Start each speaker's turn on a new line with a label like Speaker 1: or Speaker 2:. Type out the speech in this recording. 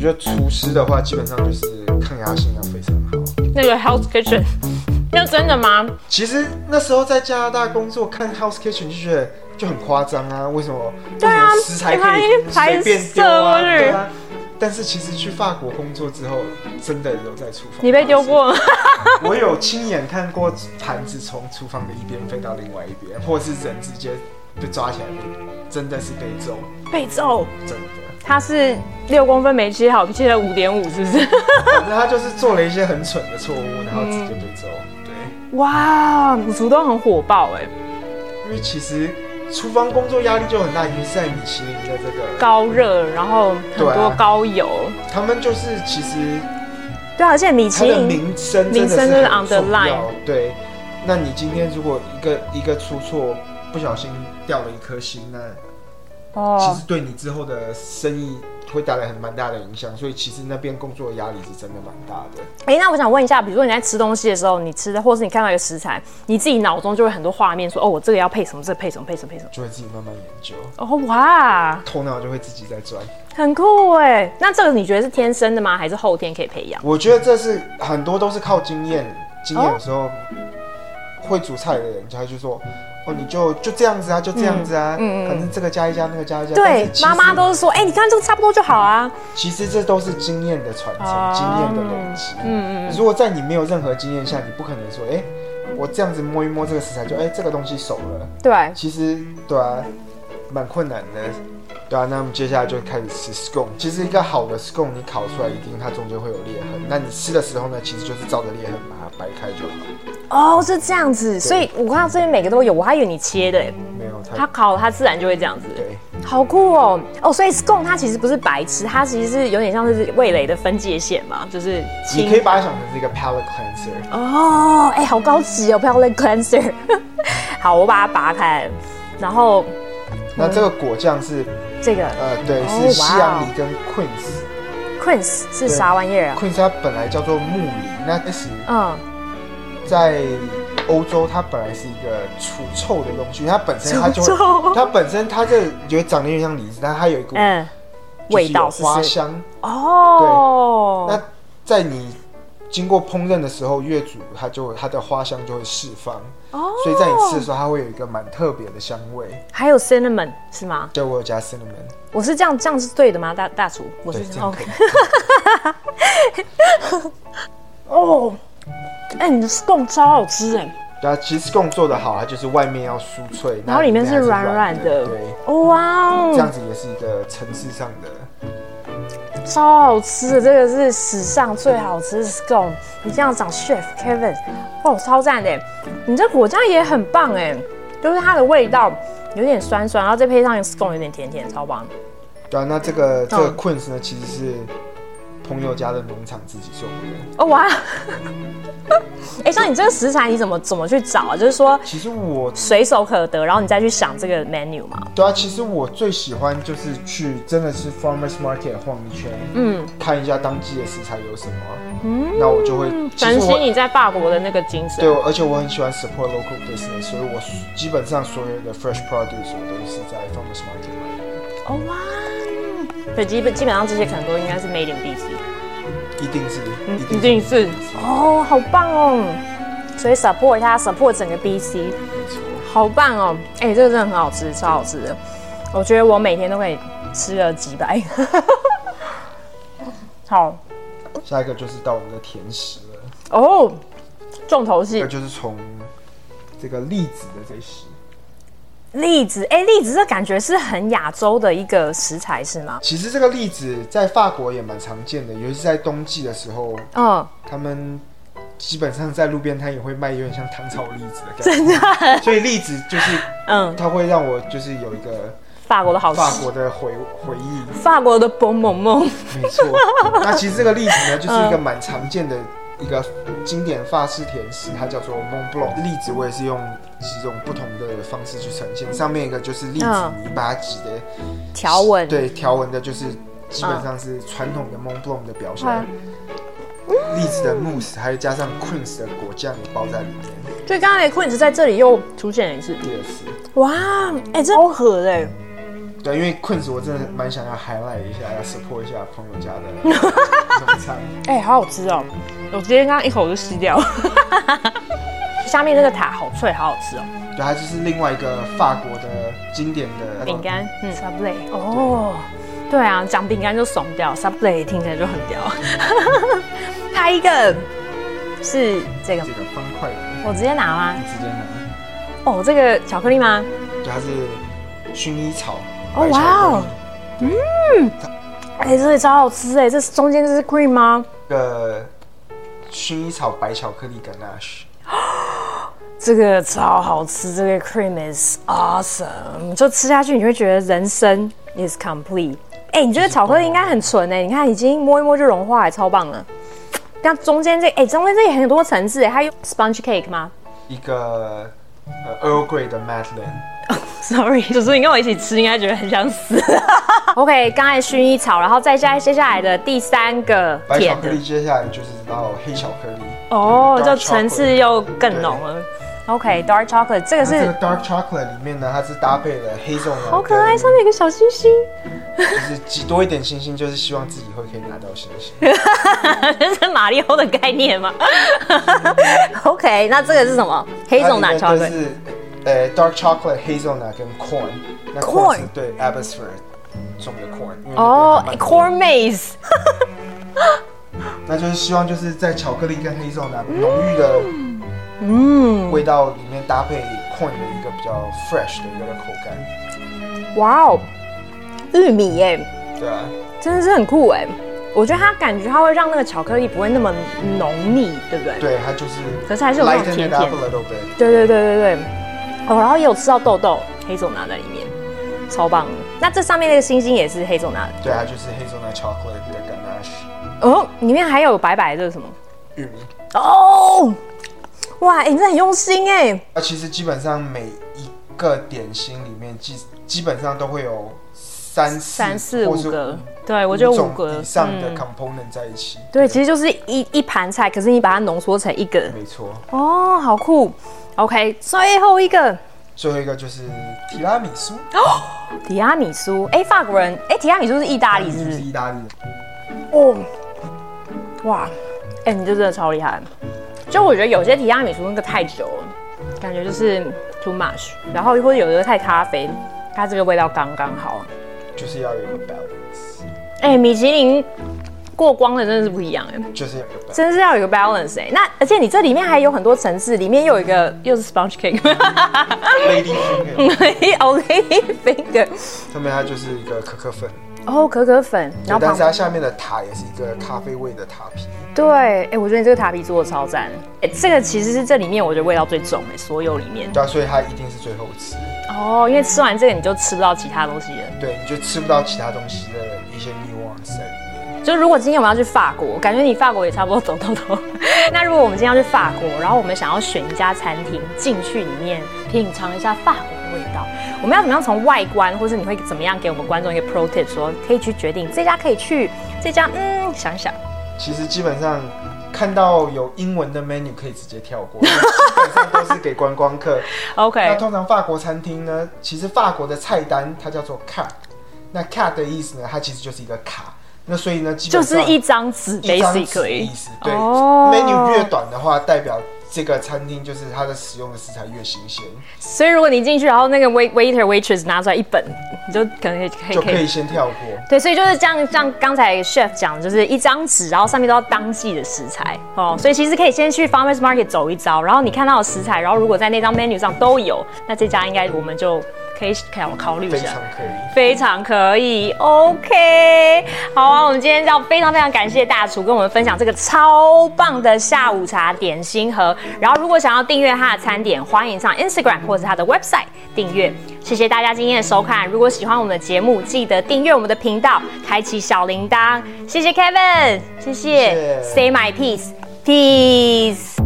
Speaker 1: 觉得厨师的话，基本上就是抗压性要非常好。
Speaker 2: 那个 House Kitchen，那真的吗？
Speaker 1: 其实那时候在加拿大工作，看 House Kitchen 就觉得就很夸张啊，为什么？
Speaker 2: 对啊
Speaker 1: 为什么食材可以
Speaker 2: 它
Speaker 1: 随
Speaker 2: 一
Speaker 1: 便丢啊，
Speaker 2: 排射过去
Speaker 1: 对啊。但是其实去法国工作之后，真的有在厨房。
Speaker 2: 你被丢？过吗？
Speaker 1: 我有亲眼看过盘子从厨房的一边飞到另外一边，或是人直接被抓起来被，真的是被揍，
Speaker 2: 被揍，
Speaker 1: 真的。
Speaker 2: 他是六公分没切好，切了五点五，是不是？
Speaker 1: 反正他就是做了一些很蠢的错误，然后直接被揍。对。
Speaker 2: 哇，主厨都很火爆哎、
Speaker 1: 因为其实厨房工作压力就很大，尤其是在米其林的这个，
Speaker 2: 高热，然后很
Speaker 1: 对
Speaker 2: 多
Speaker 1: 啊
Speaker 2: 高油，
Speaker 1: 他们就是其实
Speaker 2: 对啊，而且米
Speaker 1: 他
Speaker 2: 其
Speaker 1: 的
Speaker 2: 林
Speaker 1: 名声真
Speaker 2: 名
Speaker 1: 的
Speaker 2: 声就是是
Speaker 1: 很
Speaker 2: on the
Speaker 1: 重要
Speaker 2: line。
Speaker 1: 对，那你今天如果一个一个出错，不小心掉了一颗星，那其
Speaker 2: 哦，
Speaker 1: 实对你之后的生意会带来很蛮大的影响。所以其实那边工作压力是真的蛮大的。
Speaker 2: 哎、那我想问一下，比如说你在吃东西的时候，你吃的或是你看到一个食材，你自己脑中就会很多画面说，哦，我这个要配什么，这个配什么，配什么，配什么。
Speaker 1: 就会自己慢慢研究，
Speaker 2: 哦，哇，
Speaker 1: 头脑就会自己在转。
Speaker 2: 很酷哎！那这个你觉得是天生的吗？还是后天可以培养？
Speaker 1: 我觉得这是很多都是靠经验，经验有时
Speaker 2: 哦
Speaker 1: 候会煮菜的人，他就说，哦，你就就这样子啊，就这样子啊，
Speaker 2: 嗯嗯嗯
Speaker 1: 反正这个加一加，那个加一加。但
Speaker 2: 对
Speaker 1: 是其，实
Speaker 2: 妈妈都是说，哎、你看这个差不多就好啊。
Speaker 1: 其实这都是经验的传承，
Speaker 2: 哦
Speaker 1: 经验的累积。
Speaker 2: 嗯嗯嗯
Speaker 1: 如果在你没有任何经验下，你不可能说，哎、我这样子摸一摸这个食材就，哎、这个东西熟了。
Speaker 2: 对，
Speaker 1: 其实对啊，蛮困难的。对啊，那我们接下来就开始吃 scone。其实一个好的 scone，你烤出来一定它中间会有裂痕，那你吃的时候呢，其实就是照着裂痕把它掰开就好。
Speaker 2: 哦，是这样子。所以我看到这边每个都有，我还以为你切的哎，
Speaker 1: 没有它，
Speaker 2: 它烤了它自然就会这样子。
Speaker 1: 对
Speaker 2: 好酷哦！哦，所以 scone 它其实不是白吃，它其实是有点像是味蕾的分界线嘛，就是
Speaker 1: 你可以
Speaker 2: 清。
Speaker 1: 把它想成是一个 palate cleanser。
Speaker 2: 哦，哎、好高级哦 p a l e cleanser。好，我把它拔开，然后
Speaker 1: 那这个果酱是
Speaker 2: 这个
Speaker 1: 呃，对，
Speaker 2: 哦
Speaker 1: 是西洋
Speaker 2: 哇
Speaker 1: 梨跟 quince。
Speaker 2: quince 是啥玩意儿啊？
Speaker 1: quince 它本来叫做木梨，那其实
Speaker 2: 嗯，
Speaker 1: 在欧洲它本来是一个除臭的用具，它本身它就
Speaker 2: 除臭
Speaker 1: 会，它本身它这有长得有点像梨子，但它有一股
Speaker 2: 嗯，味道
Speaker 1: 就是是有花
Speaker 2: 不是？
Speaker 1: 香。
Speaker 2: 哦
Speaker 1: 那，在你经过烹饪的时候，越煮它就它的花香就会释放，
Speaker 2: 哦
Speaker 1: 所以在你吃的时候，它会有一个蛮特别的香味。
Speaker 2: 还有 cinnamon 是吗？
Speaker 1: 对，我有加 cinnamon，
Speaker 2: 我是这样，这样是对的吗？大大厨，我是
Speaker 1: 对，这样
Speaker 2: OK
Speaker 1: 可以。
Speaker 2: 哦。哎、你的 scone 超好吃哎！
Speaker 1: 对啊，其实贡做的好，它就是外面要酥脆，
Speaker 2: 然后里面是
Speaker 1: 那还
Speaker 2: 软软的
Speaker 1: 对，，
Speaker 2: 哦哇哦，
Speaker 1: 这样子也是一个层次上的。
Speaker 2: 超好吃的，这个是史上最好吃的 scone。你这样讲 chef Kevin，哦，超赞的！你这果酱也很棒哎，就是它的味道有点酸酸，然后再配上 scone 有点甜甜，超棒。
Speaker 1: 对啊，那这个这个
Speaker 2: 嗯
Speaker 1: quince 呢，其实是朋友家的农场自己种的。
Speaker 2: 哦哇！ 哎、像你这个食材你怎么怎么去找啊？就是说
Speaker 1: 其实我
Speaker 2: 随手可得，然后你再去想这个 menu 嘛。
Speaker 1: 对啊，其实我最喜欢就是去真的是 farmers market 晃一圈，
Speaker 2: 嗯，
Speaker 1: 看一下当季的食材有什么啊，那我就会其实
Speaker 2: 珍惜
Speaker 1: 我
Speaker 2: 你在法国的那个精神
Speaker 1: 对，。我而且我很喜欢 support local business，所以我基本上所有的 fresh produce 我都是在 farmers market 买的，
Speaker 2: 哦哇！对，基本基本上这些可能都应该是 made in BC。
Speaker 1: 一定是，一
Speaker 2: 嗯一
Speaker 1: 定是
Speaker 2: 定是哦，好棒哦！所以 support 它 support 整个 BC，
Speaker 1: 没错。
Speaker 2: 好棒哦！哎、这个真的很好吃，超好吃的，我觉得我每天都可以吃了几百。 好
Speaker 1: 下一个就是到我们的甜食了，
Speaker 2: 哦，重头
Speaker 1: 这
Speaker 2: 戏
Speaker 1: 个就是从这个栗子的这一食。
Speaker 2: 栗子，哎、栗子这感觉是很亚洲的一个食材是吗？
Speaker 1: 其实这个栗子在法国也蛮常见的，尤其是在冬季的时候，
Speaker 2: 嗯，
Speaker 1: 他们基本上在路边摊也会卖，有点像糖炒栗子的感觉。所以栗子就是，
Speaker 2: 嗯
Speaker 1: 它会让我就是有一个
Speaker 2: 法国的好吃，
Speaker 1: 法国的回回忆。
Speaker 2: 法国的蹦蹦蹦，
Speaker 1: 没错，那其实这个栗子呢，就是一个蛮常见的一个经典法式甜食，它叫做 Mont Blanc。栗子我也是用几种不同的方式去呈现，上面一个就是栗子
Speaker 2: 嗯
Speaker 1: 泥巴挤的
Speaker 2: 条纹，
Speaker 1: 对条纹的，就是基本上是传统的 Mont Blanc 的表现。
Speaker 2: 嗯
Speaker 1: 栗子的 mousse，还有加上 Quince 的果酱也包在里面，
Speaker 2: 所以刚才 Queen 只在这里又出现了一次，
Speaker 1: 也是。
Speaker 2: 哇，哎、这好合哎、
Speaker 1: 对，因为困子我真的蛮想要 highlight 一下，要 support 一下朋友家 的农场。
Speaker 2: 哎、好好吃哦！我直接刚刚一口就吸掉了。 下面那个塔好脆，好好吃哦！
Speaker 1: 对，它就是另外一个法国的经典的
Speaker 2: 饼。干，嗯，Subway，哦，对啊，讲饼干就怂掉，Subway 听起来就很屌。 还有一个是这个
Speaker 1: 这，个方块的
Speaker 2: 我直接拿吗？
Speaker 1: 之间的，
Speaker 2: 哦，这个巧克力吗？
Speaker 1: 对，它是薰衣草。
Speaker 2: 哦
Speaker 1: 白巧
Speaker 2: 哇
Speaker 1: 克力
Speaker 2: 哦！哎、这个超好吃哎！这是中间这是 cream 吗？
Speaker 1: 个薰衣草白巧克力 ganache，
Speaker 2: 这个超好吃，这个 cream is awesome，就吃下去你会觉得人生 is complete。哎、你觉得巧克力应该很纯哎、你看已经摸一摸就融化哎，超棒了。那中间这哎、中间这也很多层次哎，还有 sponge cake 吗
Speaker 1: 一个呃 Earl Grey 的 Madeleine，
Speaker 2: ？Sorry，主持人跟我一起吃，应该觉得很想死。OK，刚才薰衣草，然后再加接下来的第三个
Speaker 1: 白巧
Speaker 2: 甜
Speaker 1: 克
Speaker 2: 的
Speaker 1: 力，接下来就是到黑巧克力。
Speaker 2: 哦，
Speaker 1: dark
Speaker 2: 就层次又更浓了。OK，dark chocolate 这个
Speaker 1: 那这
Speaker 2: 是
Speaker 1: 个 dark chocolate 里面呢，它是搭配了黑棕栎，
Speaker 2: 好可爱，上面有个小星星。
Speaker 1: 就是挤多一点星星，就是希望自己会可以拿到星星。
Speaker 2: 这 是马里奥的概念吗 ？OK，那这个是什么？黑种奶
Speaker 1: 它
Speaker 2: 巧
Speaker 1: 里
Speaker 2: 克
Speaker 1: 面
Speaker 2: 力。
Speaker 1: 就是呃 dark chocolate 黑棕栎跟 corn，那
Speaker 2: Corn
Speaker 1: 是对 Abbotsford 种的 corn 因为那边
Speaker 2: 哦
Speaker 1: 还蛮多
Speaker 2: ，corn maze，
Speaker 1: 那就是希望就是在巧克力跟黑松奶浓郁的嗯味道里面搭配 corn 的一个比较 fresh 的一个口感，
Speaker 2: 哇哦，玉米耶，
Speaker 1: 对啊，
Speaker 2: 真的是很酷哎！我觉得它感觉它会让那个巧克力不会那么浓腻，对不对？
Speaker 1: 对它就是，
Speaker 2: 可是还是有那种
Speaker 1: lighten
Speaker 2: 甜
Speaker 1: it
Speaker 2: 甜
Speaker 1: up a little bit，
Speaker 2: 对对对对对。哦，然后也有吃到豆豆，黑种拿在里面，超棒的。那这上面那个星星也是黑种拿的
Speaker 1: 对它就是黑松奶 chocolate 的 ganache
Speaker 2: 哦，里面还有白白的什么？
Speaker 1: 玉米。
Speaker 2: 哦，哇，哎、你这很用心哎。
Speaker 1: 那其实基本上每一个点心里面基基本上都会有三
Speaker 2: 三四
Speaker 1: 或
Speaker 2: 五
Speaker 1: 是
Speaker 2: 个，对我觉得五
Speaker 1: 种
Speaker 2: 个嗯
Speaker 1: 以上的 component 在一起，
Speaker 2: 对，其实就是一一盘菜，可是你把它浓缩成一个，
Speaker 1: 没错。
Speaker 2: 哦，好酷。OK，最后一个
Speaker 1: 最后一个就是提拉米苏，
Speaker 2: 提拉米苏，哎，法国人，哎，提拉米苏是意大利是
Speaker 1: 就
Speaker 2: 不
Speaker 1: 是
Speaker 2: 是？
Speaker 1: 意大利的
Speaker 2: 哦，哇，哎，你就真的超厉害。就我觉得有些提拉米苏那个太久了，感觉就是 too much，然后或者有的太咖啡，它这个味道刚刚好。
Speaker 1: 就是要有一个 balance。
Speaker 2: 哎，米其林过光的真的是不一样哎。
Speaker 1: 就是有个
Speaker 2: 真是要有个 balance 哎、那而且你这里面还有很多层次，里面又有一个又是 sponge cake，
Speaker 1: lady finger，
Speaker 2: OK finger，
Speaker 1: 上面它就是一个可可粉，
Speaker 2: 哦可可粉，然
Speaker 1: 但
Speaker 2: 后旁
Speaker 1: 是它下面的塔也是一个咖啡味的塔皮，
Speaker 2: 对，哎、我觉得你这个塔皮做的超赞，哎、这个其实是这里面我觉得味道最重哎、所有里面
Speaker 1: 对啊，所以它一定是最后吃，
Speaker 2: 哦，因为吃完这个你就吃不到其他东西了。
Speaker 1: 对，你就吃不到其他东西的一些 nuance 在里面。
Speaker 2: 就如果今天我们要去法国，感觉你法国也差不多走到头。 那如果我们今天要去法国，然后我们想要选一家餐厅进去里面品尝一下法国的味道，我们要怎么样从外观，或是你会怎么样给我们观众一个 pro tip，说可以去决定这家可以去，这家嗯想一想。
Speaker 1: 其实基本上看到有英文的 menu 可以直接跳 过，因为基本上都是给观光客。
Speaker 2: OK，
Speaker 1: 那通常法国餐厅呢，其实法国的菜单它叫做 card，那 card 的意思呢，它其实就是一个卡，那所以呢，基
Speaker 2: 就
Speaker 1: 本
Speaker 2: 是
Speaker 1: 上
Speaker 2: 一张纸
Speaker 1: 一张纸的
Speaker 2: ，basically
Speaker 1: 意思。对、
Speaker 2: 哦
Speaker 1: m e n u 越短的话，代表这个餐厅就是它的使用的食材越新鲜，
Speaker 2: 所以如果你进去，然后那个 wait waiter waitress 拿出来一本，你就可能可以可以
Speaker 1: 就
Speaker 2: 可
Speaker 1: 可
Speaker 2: 以
Speaker 1: 以先跳过。
Speaker 2: 对，所以就是这样，像刚才 chef 讲，的，就是一张纸，然后上面都要当季的食材
Speaker 1: 嗯
Speaker 2: 哦，所以其实可以先去 farmers market 走一遭，然后你看到的食材，然后如果在那张 menu 上都有，那这家应该我们就可以考考虑一
Speaker 1: 非
Speaker 2: 下
Speaker 1: 常。可以，
Speaker 2: 非常可以，OK，好啊！我们今天要非常非常感谢大厨跟我们分享这个超棒的下午茶点心盒。然后，如果想要订阅他的餐点，欢迎上 Instagram 或者他的 website 订阅。谢谢大家今天的收看，如果喜欢我们的节目，记得订阅我们的频道，开启小铃铛。谢谢 Kevin，谢谢
Speaker 1: 谢谢
Speaker 2: Say My Peace，Peace。